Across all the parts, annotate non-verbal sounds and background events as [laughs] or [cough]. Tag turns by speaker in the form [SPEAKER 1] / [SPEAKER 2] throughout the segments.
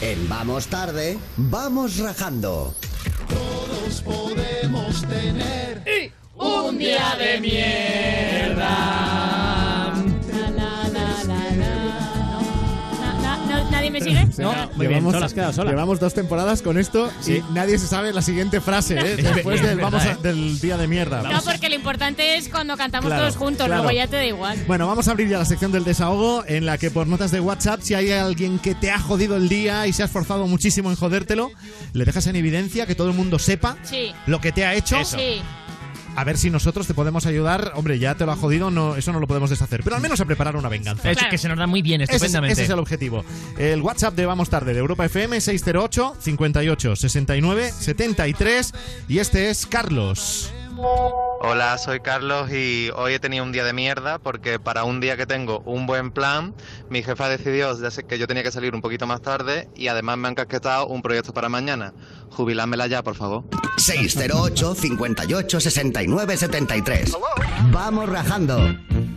[SPEAKER 1] En Vamos Tarde, vamos rajando.
[SPEAKER 2] Todos podemos tener
[SPEAKER 3] un día de mierda.
[SPEAKER 4] ¿Nadie me sigue?
[SPEAKER 3] No, muy bien, solo has quedado sola.
[SPEAKER 5] llevamos dos temporadas con esto y nadie se sabe la siguiente frase,
[SPEAKER 3] [laughs]
[SPEAKER 5] ¿eh? Después
[SPEAKER 3] es
[SPEAKER 5] del,
[SPEAKER 3] verdad,
[SPEAKER 5] vamos a-
[SPEAKER 3] ¿eh?
[SPEAKER 5] del día de mierda.
[SPEAKER 4] No, porque lo importante es cuando cantamos
[SPEAKER 5] Claro,
[SPEAKER 4] todos juntos,
[SPEAKER 5] claro.
[SPEAKER 4] luego ya te da igual.
[SPEAKER 5] Bueno, vamos a abrir ya la sección del desahogo en la que por notas de WhatsApp, si hay alguien que te ha jodido el día y se ha esforzado muchísimo en jodértelo, le dejas en evidencia que todo el mundo sepa
[SPEAKER 4] Sí.
[SPEAKER 5] lo que te ha hecho.
[SPEAKER 4] Sí.
[SPEAKER 5] A ver si nosotros te podemos ayudar. Hombre, ya te lo ha jodido, no, eso no lo podemos deshacer, pero al menos a preparar una venganza.
[SPEAKER 3] De hecho, que se nos da muy bien,
[SPEAKER 5] Ese es,
[SPEAKER 3] estupendamente.
[SPEAKER 5] ese es el objetivo. El WhatsApp de Vamos Tarde de Europa FM 608 58 69 73 y este es Carlos.
[SPEAKER 6] Hola, soy Carlos y hoy he tenido un día de mierda porque para un día que tengo un buen plan, mi jefa decidió ya sé que yo tenía que salir un poquito más tarde y además me han casquetado un proyecto para mañana. Jubilámela ya, por favor.
[SPEAKER 1] 608 58 69 73. Vamos rajando.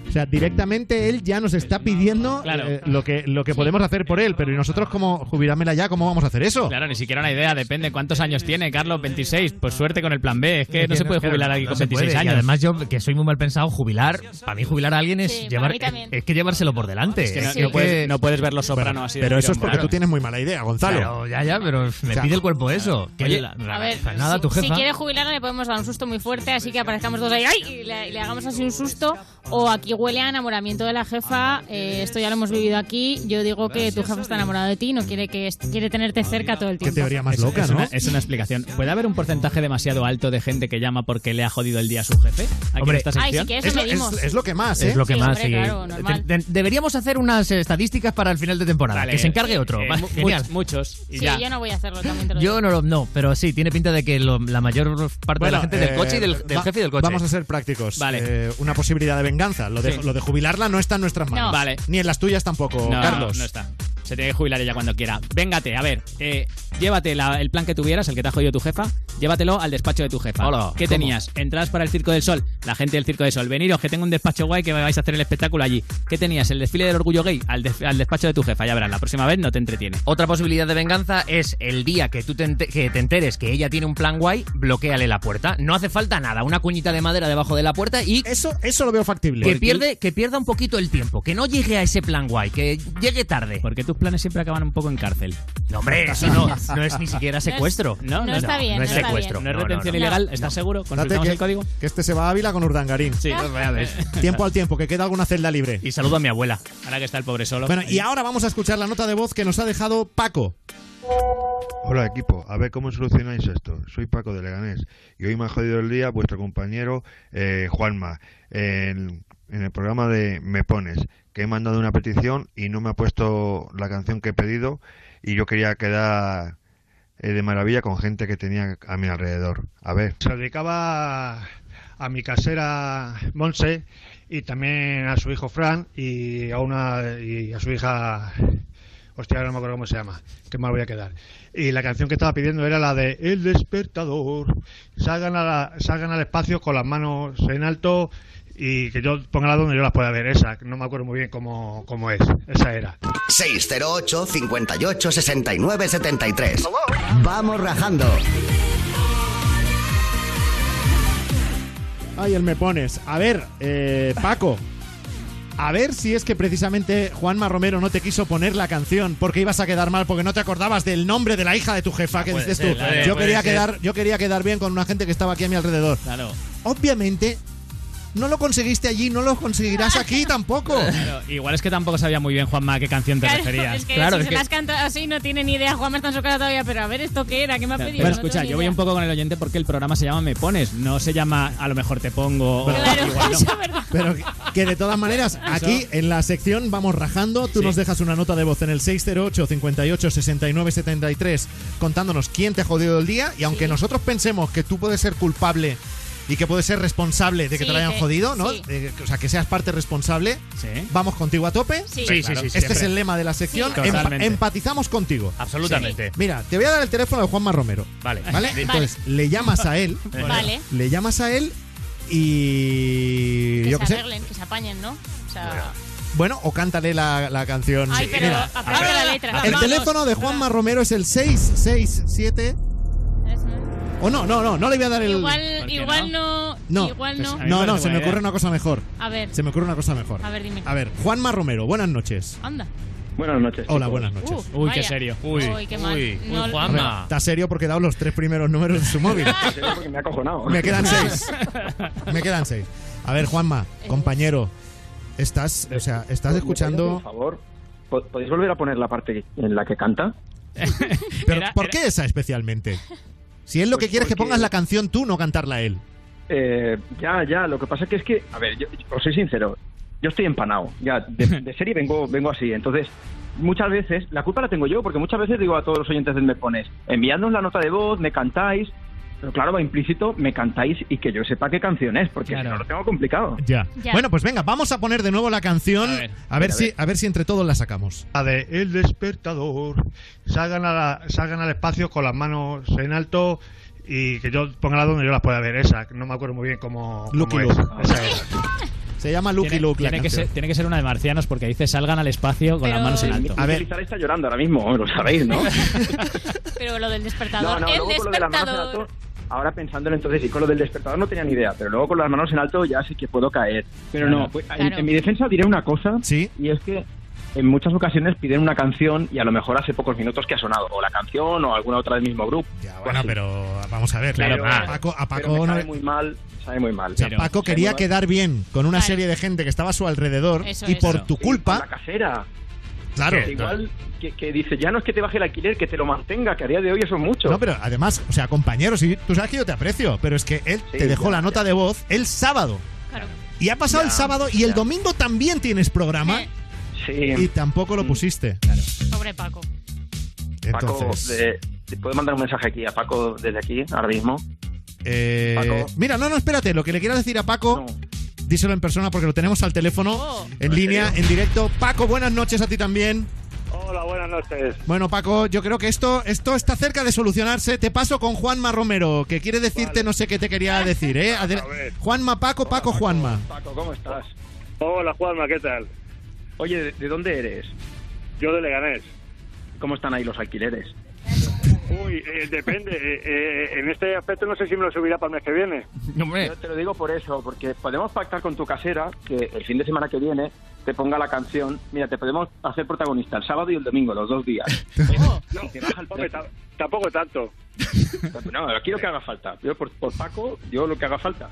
[SPEAKER 5] O sea, directamente él ya nos está pidiendo
[SPEAKER 3] Claro.
[SPEAKER 5] eh, lo que, lo que podemos hacer por él, pero ¿y nosotros cómo, jubilámela ya, cómo vamos a hacer eso?
[SPEAKER 3] Claro, ni siquiera una idea, depende cuántos años tiene, Carlos, 26. Pues suerte con el plan B, es que
[SPEAKER 7] Es
[SPEAKER 3] no
[SPEAKER 7] que
[SPEAKER 3] se puede
[SPEAKER 7] claro,
[SPEAKER 3] jubilar aquí
[SPEAKER 7] no
[SPEAKER 3] con
[SPEAKER 7] se
[SPEAKER 3] 26
[SPEAKER 7] puede. Y
[SPEAKER 3] años.
[SPEAKER 7] además, yo que soy muy mal pensado, jubilar, para mí jubilar a alguien es,
[SPEAKER 4] Sí, para
[SPEAKER 7] llevar,
[SPEAKER 4] mí
[SPEAKER 7] es,
[SPEAKER 4] también.
[SPEAKER 7] que llevárselo por delante.
[SPEAKER 3] Que no,
[SPEAKER 7] Es
[SPEAKER 4] Sí.
[SPEAKER 3] no puedes,
[SPEAKER 7] que-
[SPEAKER 3] no puedes ver los sopranos así. de
[SPEAKER 5] Pero eso es
[SPEAKER 3] tirón,
[SPEAKER 5] porque
[SPEAKER 3] claro.
[SPEAKER 5] tú tienes muy mala idea, Gonzalo.
[SPEAKER 7] Claro, ya, ya, pero me
[SPEAKER 5] sea,
[SPEAKER 7] pide el cuerpo eso. Que
[SPEAKER 3] Oye,
[SPEAKER 7] la-
[SPEAKER 4] A
[SPEAKER 7] la-
[SPEAKER 4] ver,
[SPEAKER 7] pues nada,
[SPEAKER 4] si,
[SPEAKER 7] tu jefa.
[SPEAKER 4] si quiere jubilarla le podemos dar un susto muy fuerte, así que aparezcamos todos ahí ¡ay! Y, le, y le hagamos así un susto. O aquí huele a enamoramiento de la jefa. eh, esto ya lo hemos vivido aquí. Yo digo que tu jefa está enamorada de ti, no quiere que quiere tenerte cerca todo el
[SPEAKER 5] Qué
[SPEAKER 4] tiempo.
[SPEAKER 5] teoría más
[SPEAKER 3] Es-
[SPEAKER 5] loca,
[SPEAKER 3] es
[SPEAKER 5] ¿no?
[SPEAKER 3] Una, es una explicación. ¿Puede haber un porcentaje demasiado alto de gente que llama porque le ha jodido el día a su jefe? Aquí en
[SPEAKER 7] Hombre,
[SPEAKER 3] esta
[SPEAKER 4] Ay,
[SPEAKER 3] sección.
[SPEAKER 4] si quieres lo
[SPEAKER 5] lo,
[SPEAKER 4] medimos.
[SPEAKER 5] es lo que más, ¿eh?
[SPEAKER 7] Es lo que
[SPEAKER 4] Sí,
[SPEAKER 7] más.
[SPEAKER 4] hombre,
[SPEAKER 7] sí.
[SPEAKER 4] claro, normal.
[SPEAKER 7] De- de- deberíamos hacer unas estadísticas para el final de temporada.
[SPEAKER 3] Vale.
[SPEAKER 7] Que se encargue otro.
[SPEAKER 3] Eh,
[SPEAKER 7] Va,
[SPEAKER 3] mu-
[SPEAKER 7] genial.
[SPEAKER 3] much- muchos. Y
[SPEAKER 4] Sí,
[SPEAKER 3] ya.
[SPEAKER 4] yo no voy a hacerlo también. te lo
[SPEAKER 7] Yo
[SPEAKER 4] digo.
[SPEAKER 7] no lo. No, pero sí, tiene pinta de que lo- la mayor parte de
[SPEAKER 5] Bueno,
[SPEAKER 7] la gente del
[SPEAKER 5] eh,
[SPEAKER 7] coche y del, del
[SPEAKER 5] va-
[SPEAKER 7] jefe y del coche.
[SPEAKER 5] Vamos a ser prácticos.
[SPEAKER 3] Vale.
[SPEAKER 5] Eh, una posibilidad de venganza. Lo de,
[SPEAKER 3] Sí.
[SPEAKER 5] lo de jubilarla no está en nuestras manos.
[SPEAKER 4] No.
[SPEAKER 3] Vale.
[SPEAKER 5] Ni en las tuyas tampoco,
[SPEAKER 3] No,
[SPEAKER 5] Carlos.
[SPEAKER 3] no está. Se tiene que jubilar ella cuando quiera. Véngate, a ver. eh, llévate la- el plan que tuvieras, el que te ha jodido tu jefa, llévatelo al despacho de tu jefa.
[SPEAKER 7] Hola,
[SPEAKER 3] ¿Qué
[SPEAKER 7] ¿cómo?
[SPEAKER 3] tenías? ¿Entradas para el Circo del Sol? La gente del Circo del Sol. Veniros, que tengo un despacho guay que me vais a hacer el espectáculo allí. ¿Qué tenías? ¿El desfile del orgullo gay? Al, des- al despacho de tu jefa. Ya verás, la próxima vez no te entretiene.
[SPEAKER 7] Otra posibilidad de venganza es el día que tú te, ente- que te enteres que ella tiene un plan guay, bloqueale la puerta. No hace falta nada, una cuñita de madera debajo de la puerta y
[SPEAKER 5] Eso, eso lo veo factible.
[SPEAKER 7] que, pierde, que pierda un poquito el tiempo, que no llegue a ese plan guay, que llegue tarde.
[SPEAKER 3] Porque tus planes siempre acaban un poco en cárcel.
[SPEAKER 7] No, hombre, eso no, no es ni siquiera secuestro.
[SPEAKER 3] No,
[SPEAKER 4] No
[SPEAKER 3] no,
[SPEAKER 4] está
[SPEAKER 3] no.
[SPEAKER 4] bien,
[SPEAKER 7] no es
[SPEAKER 4] no está
[SPEAKER 7] secuestro.
[SPEAKER 3] No es
[SPEAKER 7] No, no,
[SPEAKER 3] retención
[SPEAKER 7] no.
[SPEAKER 3] ilegal, ¿estás seguro?
[SPEAKER 5] Date
[SPEAKER 3] ¿Consultamos
[SPEAKER 5] que,
[SPEAKER 3] el código?
[SPEAKER 5] que este se va a Ávila con Urdangarín.
[SPEAKER 3] Sí. [laughs]
[SPEAKER 5] Tiempo al tiempo, que queda alguna celda libre.
[SPEAKER 7] [laughs] Y saludo a mi abuela.
[SPEAKER 3] Ahora que está el pobre solo.
[SPEAKER 5] Bueno, y ahora vamos a escuchar la nota de voz que nos ha dejado Paco.
[SPEAKER 8] Hola equipo, a ver cómo solucionáis esto. Soy Paco de Leganés y hoy me ha jodido el día vuestro compañero eh, Juanma en, en el programa de Me Pones, que he mandado una petición y no me ha puesto la canción que he pedido y yo quería quedar eh, de maravilla con gente que tenía a mi alrededor. A ver.
[SPEAKER 9] Se lo dedicaba a- a mi casera Monse y también a su hijo Fran y a una y a su hija hostia, ahora no me acuerdo cómo se llama, que mal voy a quedar. Y la canción que estaba pidiendo era la de El despertador. Salgan a la- salgan al espacio con las manos en alto y que yo ponga donde yo las pueda ver esa, no me acuerdo muy bien cómo, cómo es, esa era.
[SPEAKER 1] 608 58 69 73. Vamos rajando.
[SPEAKER 5] Ay, él me pones. A ver, eh, Paco. A ver si es que precisamente Juanma Romero no te quiso poner la canción porque ibas a quedar mal porque no te acordabas del nombre de la hija de tu jefa que
[SPEAKER 7] Ah, Puede
[SPEAKER 5] dices
[SPEAKER 7] ser,
[SPEAKER 5] tú.
[SPEAKER 7] la de-
[SPEAKER 5] yo
[SPEAKER 7] puede
[SPEAKER 5] quería
[SPEAKER 7] ser.
[SPEAKER 5] quedar, yo quería quedar bien con una gente que estaba aquí a mi alrededor.
[SPEAKER 3] Claro.
[SPEAKER 5] Obviamente no lo conseguiste allí, no lo conseguirás aquí
[SPEAKER 7] [laughs]
[SPEAKER 5] tampoco.
[SPEAKER 3] Claro, Igual es que tampoco sabía muy bien, Juanma, a qué canción te
[SPEAKER 4] Claro,
[SPEAKER 3] referías.
[SPEAKER 4] es que
[SPEAKER 7] Claro,
[SPEAKER 4] si
[SPEAKER 7] es
[SPEAKER 4] se
[SPEAKER 7] que-
[SPEAKER 4] las canta así no tiene ni idea. Juan está en su casa todavía, pero a ver esto qué era, qué me ha pedido.
[SPEAKER 3] Pero
[SPEAKER 4] No tengo
[SPEAKER 3] escucha,
[SPEAKER 4] ni
[SPEAKER 3] yo voy
[SPEAKER 4] idea.
[SPEAKER 3] un poco con el oyente porque el programa se llama Me Pones, no se llama A lo mejor te pongo. o-
[SPEAKER 4] Claro,
[SPEAKER 3] igual
[SPEAKER 4] [laughs]
[SPEAKER 3] no.
[SPEAKER 4] eso es verdad.
[SPEAKER 5] Pero que- que de todas maneras, aquí en la sección vamos rajando. Tú
[SPEAKER 3] Sí.
[SPEAKER 5] nos dejas una nota de voz en el 608 58 69 73 contándonos quién te ha jodido el día. Y aunque nosotros pensemos que tú puedes ser culpable y que puedes ser responsable de que
[SPEAKER 4] Sí,
[SPEAKER 5] te lo hayan
[SPEAKER 4] que-
[SPEAKER 5] jodido, ¿no?
[SPEAKER 4] sí.
[SPEAKER 5] Eh, o sea, que seas parte responsable,
[SPEAKER 3] Sí.
[SPEAKER 5] vamos contigo a tope.
[SPEAKER 4] Sí.
[SPEAKER 5] Claro,
[SPEAKER 7] Sí, sí, sí,
[SPEAKER 5] este
[SPEAKER 7] siempre. Ah.
[SPEAKER 5] es el lema de la sección.
[SPEAKER 3] Sí.
[SPEAKER 5] Empa-
[SPEAKER 3] Totalmente.
[SPEAKER 5] empatizamos contigo.
[SPEAKER 7] Absolutamente.
[SPEAKER 5] Mira, te voy a dar el teléfono de Juanma Romero.
[SPEAKER 7] Vale.
[SPEAKER 5] ¿Vale? Entonces, le llamas a él.
[SPEAKER 4] [laughs] Vale.
[SPEAKER 5] Le llamas a él y.
[SPEAKER 4] Que
[SPEAKER 5] yo
[SPEAKER 4] se
[SPEAKER 5] qué sé.
[SPEAKER 4] arreglen, que se apañen, ¿no? O sea,
[SPEAKER 5] Bueno, o cántale la, la canción.
[SPEAKER 4] Ay, pero
[SPEAKER 5] Mira,
[SPEAKER 4] apaga la letra.
[SPEAKER 5] el
[SPEAKER 4] Vamos.
[SPEAKER 5] teléfono de Juanma Romero es el 667. O no, no, no, no le voy a dar el.
[SPEAKER 4] Igual,
[SPEAKER 3] ¿Por qué
[SPEAKER 4] igual no.
[SPEAKER 5] no,
[SPEAKER 4] Igual no.
[SPEAKER 3] Pues,
[SPEAKER 5] no,
[SPEAKER 3] A mí me
[SPEAKER 5] no,
[SPEAKER 3] parece
[SPEAKER 5] se me
[SPEAKER 3] buena
[SPEAKER 5] ocurre
[SPEAKER 3] idea.
[SPEAKER 5] una cosa mejor.
[SPEAKER 4] A ver,
[SPEAKER 5] Se me ocurre una cosa mejor.
[SPEAKER 4] a ver, dime.
[SPEAKER 5] A ver, Juanma Romero, buenas noches.
[SPEAKER 4] Anda.
[SPEAKER 10] Buenas noches.
[SPEAKER 5] Hola,
[SPEAKER 10] chicos.
[SPEAKER 5] buenas noches.
[SPEAKER 4] Uh,
[SPEAKER 3] Uy, qué
[SPEAKER 4] vaya.
[SPEAKER 3] serio.
[SPEAKER 7] Uy,
[SPEAKER 4] Uy, qué mal.
[SPEAKER 7] uy, uy,
[SPEAKER 4] No-
[SPEAKER 7] Juanma.
[SPEAKER 4] [laughs]
[SPEAKER 5] Hombre, Está serio porque he dado los tres primeros números de su móvil.
[SPEAKER 10] En serio, Porque me ha acojonado.
[SPEAKER 5] Me quedan
[SPEAKER 10] [laughs]
[SPEAKER 5] seis. Me quedan seis. A ver, Juanma,
[SPEAKER 4] Eh.
[SPEAKER 5] compañero. Estás, o sea, estás
[SPEAKER 10] Pues ¿Me podéis,
[SPEAKER 5] escuchando.
[SPEAKER 10] Por favor, po- ¿podéis volver a poner la parte en la que canta?
[SPEAKER 5] Pero,
[SPEAKER 3] Era-
[SPEAKER 5] ¿por
[SPEAKER 3] era-
[SPEAKER 5] qué esa especialmente? Si es lo que
[SPEAKER 10] Pues
[SPEAKER 5] quieres que
[SPEAKER 10] porque-
[SPEAKER 5] pongas la canción tú, no cantarla él.
[SPEAKER 10] Eh, ya, ya, lo que pasa que es que, a ver, yo, yo- os soy sincero, yo estoy empanado, ya,
[SPEAKER 5] [laughs]
[SPEAKER 10] de, de serie vengo, vengo así, entonces muchas veces, la culpa la tengo yo, porque muchas veces digo a todos los oyentes del Me Pones, enviadnos la nota de voz, me cantáis, pero claro, va implícito, me cantáis y que yo sepa qué canción es, porque
[SPEAKER 3] Claro.
[SPEAKER 10] si no lo tengo complicado.
[SPEAKER 5] Ya.
[SPEAKER 4] Ya.
[SPEAKER 5] Bueno, pues venga, vamos a poner de nuevo la canción. A
[SPEAKER 3] A
[SPEAKER 5] ver,
[SPEAKER 3] ver.
[SPEAKER 5] si, a ver si entre todos la sacamos.
[SPEAKER 9] La de El Despertador. Salgan, a la- salgan al espacio con las manos en alto y que yo ponga la donde yo las pueda ver. Esa, no me acuerdo muy bien cómo, cómo
[SPEAKER 5] Lucky
[SPEAKER 9] es.
[SPEAKER 5] Luke.
[SPEAKER 9] Esa es.
[SPEAKER 5] Se llama Lucky
[SPEAKER 3] Tiene,
[SPEAKER 5] Luke la
[SPEAKER 3] tiene que
[SPEAKER 5] canción.
[SPEAKER 3] ser, tiene que ser una de marcianos porque dice salgan al espacio con
[SPEAKER 4] Pero-
[SPEAKER 3] las manos en
[SPEAKER 5] [laughs]
[SPEAKER 3] alto.
[SPEAKER 5] A ver.
[SPEAKER 10] Lizara está llorando ahora mismo, lo sabéis,
[SPEAKER 5] [laughs]
[SPEAKER 10] ¿no?
[SPEAKER 4] Pero lo del
[SPEAKER 10] No,
[SPEAKER 4] despertador.
[SPEAKER 10] no,
[SPEAKER 4] el
[SPEAKER 10] luego con lo de las manos en
[SPEAKER 4] despertador.
[SPEAKER 10] alto. Ahora pensándolo entonces y con lo del despertador no tenía ni idea, pero luego con las manos en alto ya sí que puedo caer. Pero no, pues, en,
[SPEAKER 4] Claro.
[SPEAKER 10] en mi defensa diré una cosa
[SPEAKER 5] Sí.
[SPEAKER 10] y es que en muchas ocasiones piden una canción y a lo mejor hace pocos minutos que ha sonado, o la canción o alguna otra del mismo grupo. Pues
[SPEAKER 5] Ya, bueno, pero vamos a ver.
[SPEAKER 3] Claro,
[SPEAKER 5] a
[SPEAKER 3] va.
[SPEAKER 5] Paco, a
[SPEAKER 10] Pero
[SPEAKER 5] Paco
[SPEAKER 10] me
[SPEAKER 5] no
[SPEAKER 10] sabe
[SPEAKER 5] le-
[SPEAKER 10] muy mal, me sabe muy mal.
[SPEAKER 5] o sea,
[SPEAKER 3] Pero-
[SPEAKER 5] Paco quería
[SPEAKER 10] Claro.
[SPEAKER 5] quedar bien con una
[SPEAKER 4] Claro.
[SPEAKER 5] serie de gente que estaba a su alrededor
[SPEAKER 4] Eso
[SPEAKER 5] y
[SPEAKER 4] es.
[SPEAKER 5] por
[SPEAKER 3] Eso.
[SPEAKER 5] tu
[SPEAKER 10] Sí, con
[SPEAKER 5] culpa,
[SPEAKER 10] La casera.
[SPEAKER 5] claro.
[SPEAKER 10] Que igual que, que dice, ya no es que te baje el alquiler, que te lo mantenga, que a día de hoy eso es mucho.
[SPEAKER 5] No, pero además, o sea, compañeros, y tú sabes que yo te aprecio, pero es que él
[SPEAKER 10] Sí,
[SPEAKER 5] te dejó
[SPEAKER 10] ya,
[SPEAKER 5] la
[SPEAKER 10] ya.
[SPEAKER 5] nota de voz el sábado.
[SPEAKER 4] Claro.
[SPEAKER 5] Y ha pasado el
[SPEAKER 10] Ya,
[SPEAKER 5] sábado y el
[SPEAKER 10] ya.
[SPEAKER 5] domingo también tienes programa
[SPEAKER 4] Eh,
[SPEAKER 10] Sí. Mm.
[SPEAKER 5] y tampoco lo pusiste.
[SPEAKER 4] pobre Paco.
[SPEAKER 10] Paco,
[SPEAKER 5] Entonces,
[SPEAKER 10] de- ¿te puedo mandar un mensaje aquí a Paco desde aquí, ahora mismo?
[SPEAKER 5] eh,
[SPEAKER 10] Paco.
[SPEAKER 5] mira, no, no, espérate, lo que le quieras decir a Paco,
[SPEAKER 10] No.
[SPEAKER 5] díselo en persona porque lo tenemos al teléfono,
[SPEAKER 4] Oh.
[SPEAKER 5] en línea, en directo. Paco, buenas noches a ti también.
[SPEAKER 11] Hola, buenas noches.
[SPEAKER 5] Bueno, Paco, yo creo que esto, esto está cerca de solucionarse. Te paso con Juanma Romero, que quiere decirte no sé qué te quería decir, ¿eh? Adel-
[SPEAKER 11] A ver.
[SPEAKER 5] Juanma, Paco, Paco, Juanma.
[SPEAKER 10] Paco, ¿cómo estás?
[SPEAKER 11] Hola, Juanma, ¿qué tal?
[SPEAKER 10] Oye, ¿de- ¿de dónde eres?
[SPEAKER 11] Yo de Leganés.
[SPEAKER 10] ¿Cómo están ahí los alquileres?
[SPEAKER 11] Uy, eh, depende. eh, eh, en este aspecto no sé si me lo subirá para el mes que viene.
[SPEAKER 7] Hombre,
[SPEAKER 10] Yo te lo digo por eso, porque podemos pactar con tu casera que el fin de semana que viene te ponga la canción. Mira, te podemos hacer protagonista el sábado y el domingo, los dos días.
[SPEAKER 11] [laughs] Oh, No,
[SPEAKER 10] Que baja el
[SPEAKER 11] hombre,
[SPEAKER 10] precio.
[SPEAKER 11] ta- tampoco tanto.
[SPEAKER 10] No, aquí lo que haga falta. Yo por, por Paco, yo lo que haga falta.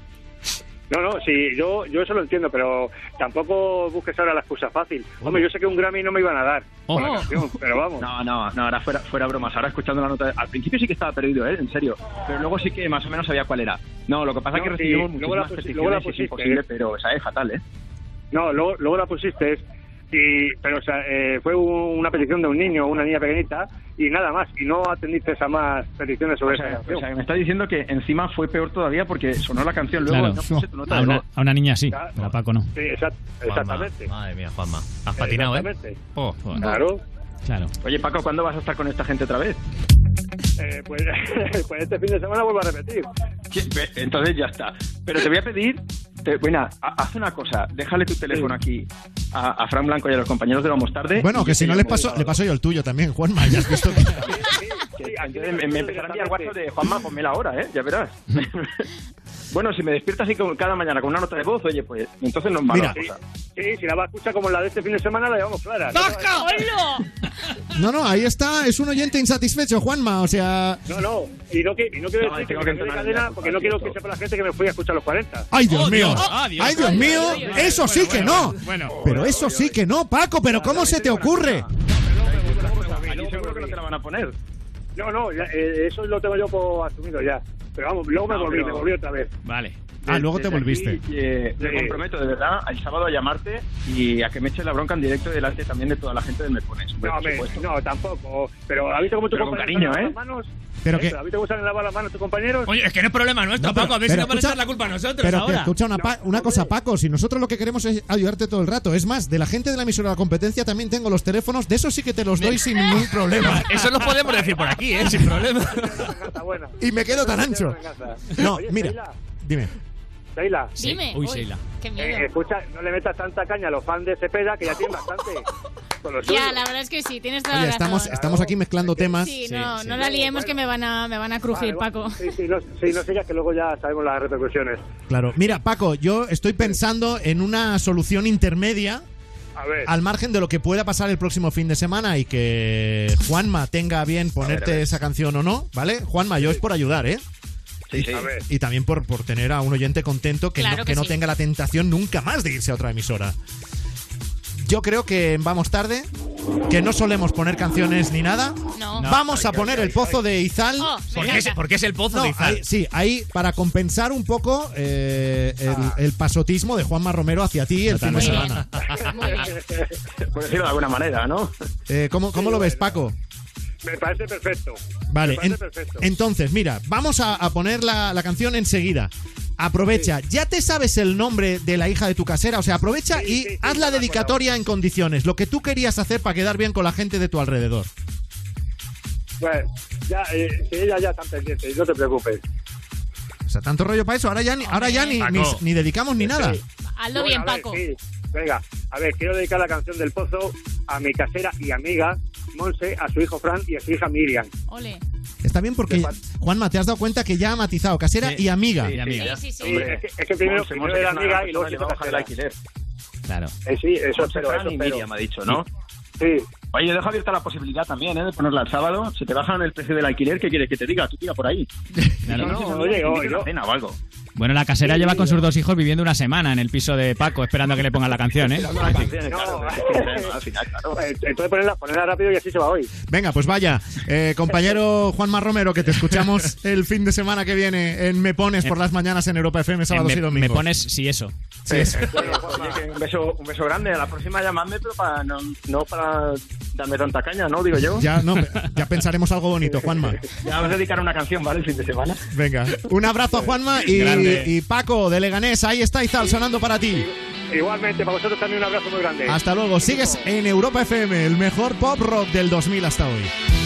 [SPEAKER 11] No, no, sí, yo, yo eso lo entiendo, pero tampoco busques ahora la excusa fácil. Hombre, yo sé que un Grammy no me iban a dar por la
[SPEAKER 3] Oh.
[SPEAKER 11] canción, pero vamos.
[SPEAKER 10] No, no, no, ahora fuera, fuera bromas. Ahora escuchando la nota. Al principio sí que estaba perdido, ¿eh? En serio. Pero luego sí que más o menos sabía cuál era. No, lo que pasa es que
[SPEAKER 11] No, sí,
[SPEAKER 10] recibimos
[SPEAKER 11] luego la
[SPEAKER 10] muchísimas
[SPEAKER 11] pusi- luego la
[SPEAKER 10] peticiones y es
[SPEAKER 11] pusiste,
[SPEAKER 10] imposible,
[SPEAKER 11] ¿eh?
[SPEAKER 10] pero esa es fatal, ¿eh?
[SPEAKER 11] No, luego, luego la pusiste, y, pero o sea, eh, fue un- una petición de un niño o una niña pequeñita y nada más, y no atendiste a más peticiones sobre
[SPEAKER 10] O sea,
[SPEAKER 11] esa
[SPEAKER 3] pues
[SPEAKER 11] canción.
[SPEAKER 10] o sea, me está diciendo que encima fue peor todavía porque sonó la canción luego
[SPEAKER 3] Claro.
[SPEAKER 10] y no puse tu nota
[SPEAKER 3] A
[SPEAKER 10] de
[SPEAKER 3] una,
[SPEAKER 10] voz.
[SPEAKER 3] a una niña sí,
[SPEAKER 11] Claro.
[SPEAKER 3] pero a Paco no.
[SPEAKER 11] Sí, exact-
[SPEAKER 7] Juanma,
[SPEAKER 11] exactamente.
[SPEAKER 7] Madre mía, Juanma. Has patinado, ¿eh?
[SPEAKER 11] Exactamente.
[SPEAKER 7] Oh, joder.
[SPEAKER 11] Claro.
[SPEAKER 3] Claro.
[SPEAKER 10] Oye, Paco, ¿cuándo vas a estar con esta gente otra vez?
[SPEAKER 11] Eh, pues, [laughs] pues este fin de semana vuelvo a repetir.
[SPEAKER 10] ¿Qué? Ve- Entonces ya está. Pero te voy a pedir... Te, bueno, ha- haz una cosa. Déjale tu teléfono aquí a, a Fran Blanco y a los compañeros de Vamos Tarde.
[SPEAKER 5] Bueno,
[SPEAKER 10] Eh, Y
[SPEAKER 5] que
[SPEAKER 10] yo
[SPEAKER 5] si
[SPEAKER 10] te
[SPEAKER 5] no
[SPEAKER 10] llamo
[SPEAKER 5] le
[SPEAKER 10] el
[SPEAKER 5] paso,
[SPEAKER 10] sábado.
[SPEAKER 5] le paso yo el tuyo también, Juanma. Ya has visto
[SPEAKER 10] [laughs]
[SPEAKER 5] que-
[SPEAKER 10] Que- entonces me, me empezará a enviar WhatsApp de Juanma, ponmela ahora, ¿eh?
[SPEAKER 5] [laughs]
[SPEAKER 10] Ya verás. bueno, si me despiertas así como cada mañana con una nota de voz, oye, pues entonces no es
[SPEAKER 5] Mira.
[SPEAKER 10] mala cosa.
[SPEAKER 11] Sí, si la va a escuchar como la de este fin de semana, la llevamos clara.
[SPEAKER 4] ¡Hola!
[SPEAKER 5] No, no, ahí está, es un oyente insatisfecho, Juanma. O sea.
[SPEAKER 11] No, no, y no, que- y no quiero
[SPEAKER 10] No,
[SPEAKER 11] decir que,
[SPEAKER 10] tengo que
[SPEAKER 11] me quede
[SPEAKER 10] entonar el
[SPEAKER 11] cadena
[SPEAKER 10] día,
[SPEAKER 11] porque no quiero que
[SPEAKER 10] por
[SPEAKER 11] sepa la gente que me fui a escuchar a los 40.
[SPEAKER 5] ¡Ay, Dios
[SPEAKER 3] Oh,
[SPEAKER 5] mío!
[SPEAKER 3] Dios. Ah, Dios.
[SPEAKER 5] ¡Ay, Dios mío!
[SPEAKER 4] Ay, ay, ay.
[SPEAKER 5] ¡Eso sí que no!
[SPEAKER 3] Bueno,
[SPEAKER 5] Pero eso sí que no, Paco, pero ¿cómo se te ocurre?
[SPEAKER 10] Allí seguro que no te la van a poner.
[SPEAKER 11] No, no, ya, eh, eso lo tengo yo por asumido ya. Pero vamos, luego me
[SPEAKER 10] No,
[SPEAKER 11] volví,
[SPEAKER 10] Ah, pero-
[SPEAKER 11] me volví otra vez.
[SPEAKER 3] vale.
[SPEAKER 5] Ah, luego te
[SPEAKER 10] Desde
[SPEAKER 5] volviste.
[SPEAKER 10] aquí, eh, me
[SPEAKER 11] Sí.
[SPEAKER 10] comprometo de verdad el sábado a llamarte y a que me eches la bronca en directo delante también de toda la gente del Me Pones. hombre,
[SPEAKER 11] No,
[SPEAKER 10] por
[SPEAKER 11] me-
[SPEAKER 10] supuesto.
[SPEAKER 11] no, tampoco. Pero ¿ha visto cómo tu
[SPEAKER 10] Pero con
[SPEAKER 11] compañero
[SPEAKER 10] cariño,
[SPEAKER 11] se lava
[SPEAKER 10] ¿eh?
[SPEAKER 11] las manos?
[SPEAKER 5] Pero que-
[SPEAKER 11] ¿Eh? ¿A mí te gustan lavar las manos tus compañeros?
[SPEAKER 7] Oye, es que no es problema nuestro,
[SPEAKER 5] No, pero-
[SPEAKER 7] Paco. A ver si
[SPEAKER 5] pero
[SPEAKER 7] nos van a
[SPEAKER 5] escucha-
[SPEAKER 7] echar la culpa a nosotros
[SPEAKER 5] Pero que
[SPEAKER 7] ahora.
[SPEAKER 5] escucha una, pa- una cosa, Paco, si nosotros lo que queremos es ayudarte todo el rato. Es más, de la gente de la emisora de la competencia también tengo los teléfonos, de eso sí que te los doy sin ningún problema.
[SPEAKER 7] Eso lo podemos decir por aquí, [laughs] ¿eh? Sin problema.
[SPEAKER 11] Venganza buena.
[SPEAKER 10] [laughs]
[SPEAKER 5] Y me quedo tan ancho.
[SPEAKER 11] Venganza.
[SPEAKER 5] No,
[SPEAKER 11] Oye,
[SPEAKER 5] mira,
[SPEAKER 11] Sheila,
[SPEAKER 5] dime.
[SPEAKER 11] Sheila.
[SPEAKER 4] Sí. Dime. Uy, Uy, Sheila. qué miedo.
[SPEAKER 11] Eh, escucha, no le metas tanta caña a los fans de Cepeda que ya tienen bastante. con lo suyo.
[SPEAKER 4] Ya, la verdad es que sí, tienes toda
[SPEAKER 5] Oye,
[SPEAKER 4] la razón.
[SPEAKER 5] estamos, estamos aquí mezclando temas.
[SPEAKER 4] Sí, no, no la liemos que me van a, me van a crujir, Paco.
[SPEAKER 11] Sí, sí, no, sí, no sigas que luego ya sabemos las repercusiones.
[SPEAKER 5] Claro. Mira, Paco, yo estoy pensando en una solución intermedia
[SPEAKER 11] A ver.
[SPEAKER 5] al margen de lo que pueda pasar el próximo fin de semana y que Juanma tenga a bien ponerte esa canción o no, ¿vale? Juanma, yo es por ayudar, ¿eh?
[SPEAKER 11] Sí, sí. A ver.
[SPEAKER 5] Y también por, por tener a un oyente contento que,
[SPEAKER 11] Claro
[SPEAKER 5] no,
[SPEAKER 11] que
[SPEAKER 5] que no
[SPEAKER 11] sí.
[SPEAKER 5] tenga la tentación nunca más de irse a otra emisora. Yo creo que vamos tarde, que no solemos poner canciones ni nada.
[SPEAKER 4] [laughs] No.
[SPEAKER 5] Vamos a poner el pozo de Izal.
[SPEAKER 4] Oh, me
[SPEAKER 7] Porque es,
[SPEAKER 4] encanta.
[SPEAKER 7] porque es el pozo
[SPEAKER 5] No,
[SPEAKER 7] de Izal.
[SPEAKER 5] ahí- sí, ahí para compensar un poco eh, el,
[SPEAKER 11] Ah.
[SPEAKER 5] el pasotismo de Juanma Romero hacia ti el fin de
[SPEAKER 4] Muy bien.
[SPEAKER 5] semana.
[SPEAKER 4] Muy bien.
[SPEAKER 11] Por decirlo de alguna manera, ¿no?
[SPEAKER 5] Eh, ¿Cómo, cómo lo ves, Paco?
[SPEAKER 11] Me parece perfecto.
[SPEAKER 5] Vale,
[SPEAKER 11] Me parece
[SPEAKER 5] en-
[SPEAKER 11] perfecto.
[SPEAKER 5] entonces, mira, vamos a, a poner la, la canción enseguida. Aprovecha, ya te sabes el nombre de la hija de tu casera, o sea, aprovecha y haz la dedicatoria en condiciones, lo que tú querías hacer para quedar bien con la gente de tu alrededor.
[SPEAKER 11] Bueno, ya, eh, sí, ella ya está pendiente, no te preocupes.
[SPEAKER 5] O sea, tanto rollo para eso, ahora ya ni, ahora ya ni,
[SPEAKER 11] Paco.
[SPEAKER 5] ni- ni dedicamos ni nada.
[SPEAKER 4] Hazlo
[SPEAKER 11] Bueno,
[SPEAKER 4] bien,
[SPEAKER 11] a ver,
[SPEAKER 4] Paco.
[SPEAKER 11] sí. Venga, a ver, quiero dedicar la canción del pozo a mi casera y amiga Monse, a su hijo Fran y a su hija Miriam.
[SPEAKER 4] Ole.
[SPEAKER 5] Está bien porque, Juanma, te has dado cuenta que ya ha matizado casera y amiga.
[SPEAKER 4] Sí, sí, sí.
[SPEAKER 11] Hombre, es, que, es que primero,
[SPEAKER 10] ¿eh? Monse,
[SPEAKER 11] primero
[SPEAKER 10] Monse,
[SPEAKER 11] era
[SPEAKER 10] que es una
[SPEAKER 11] amiga
[SPEAKER 10] gran
[SPEAKER 11] y luego
[SPEAKER 10] persona,
[SPEAKER 11] se
[SPEAKER 10] le va a bajar el alquiler.
[SPEAKER 3] [laughs] Claro.
[SPEAKER 11] Eh, sí, eso
[SPEAKER 10] Monse,
[SPEAKER 11] espero,
[SPEAKER 10] Fran
[SPEAKER 11] eso
[SPEAKER 10] y
[SPEAKER 11] espero.
[SPEAKER 10] Miriam ha dicho, ¿no?
[SPEAKER 11] Sí.
[SPEAKER 10] Oye, dejo abierta la posibilidad también, ¿eh? De ponerla el sábado. Si te bajan el precio del alquiler, ¿qué quieres que te diga? Tú tira por ahí.
[SPEAKER 3] Claro.
[SPEAKER 10] No, no,
[SPEAKER 11] oye,
[SPEAKER 10] invítale
[SPEAKER 11] oye,
[SPEAKER 10] una
[SPEAKER 11] no.
[SPEAKER 10] cena o algo.
[SPEAKER 3] Bueno, la casera lleva con sus dos hijos viviendo una semana en el piso de Paco esperando a que le pongan la canción, ¿eh?
[SPEAKER 10] Esperando la canción, claro, es que, claro, al final, claro.
[SPEAKER 11] Eh, Entonces ponerla, ponerla rápido y así se va hoy.
[SPEAKER 5] Venga, pues vaya, eh, compañero Juanma Romero, que te escuchamos el fin de semana que viene en Me Pones por las mañanas en Europa FM, sábados
[SPEAKER 3] me,
[SPEAKER 5] y domingos.
[SPEAKER 3] me pones si eso.
[SPEAKER 5] Sí, sí.
[SPEAKER 10] Oye, que un beso, un beso grande. A la próxima llamadme, pero para, no, no para darme tanta caña, ¿no? Digo yo.
[SPEAKER 5] Ya, no, ya pensaremos algo bonito, Juanma.
[SPEAKER 10] Ya vamos a dedicar una canción, ¿vale? El fin de semana.
[SPEAKER 5] Venga, un abrazo a Juanma y,
[SPEAKER 10] Grande.
[SPEAKER 5] y Paco de Leganés. Ahí está Izal sonando para ti.
[SPEAKER 11] Igualmente, para vosotros también un abrazo muy grande.
[SPEAKER 5] Hasta luego. Sigues en Europa FM, el mejor pop rock del 2000 hasta hoy.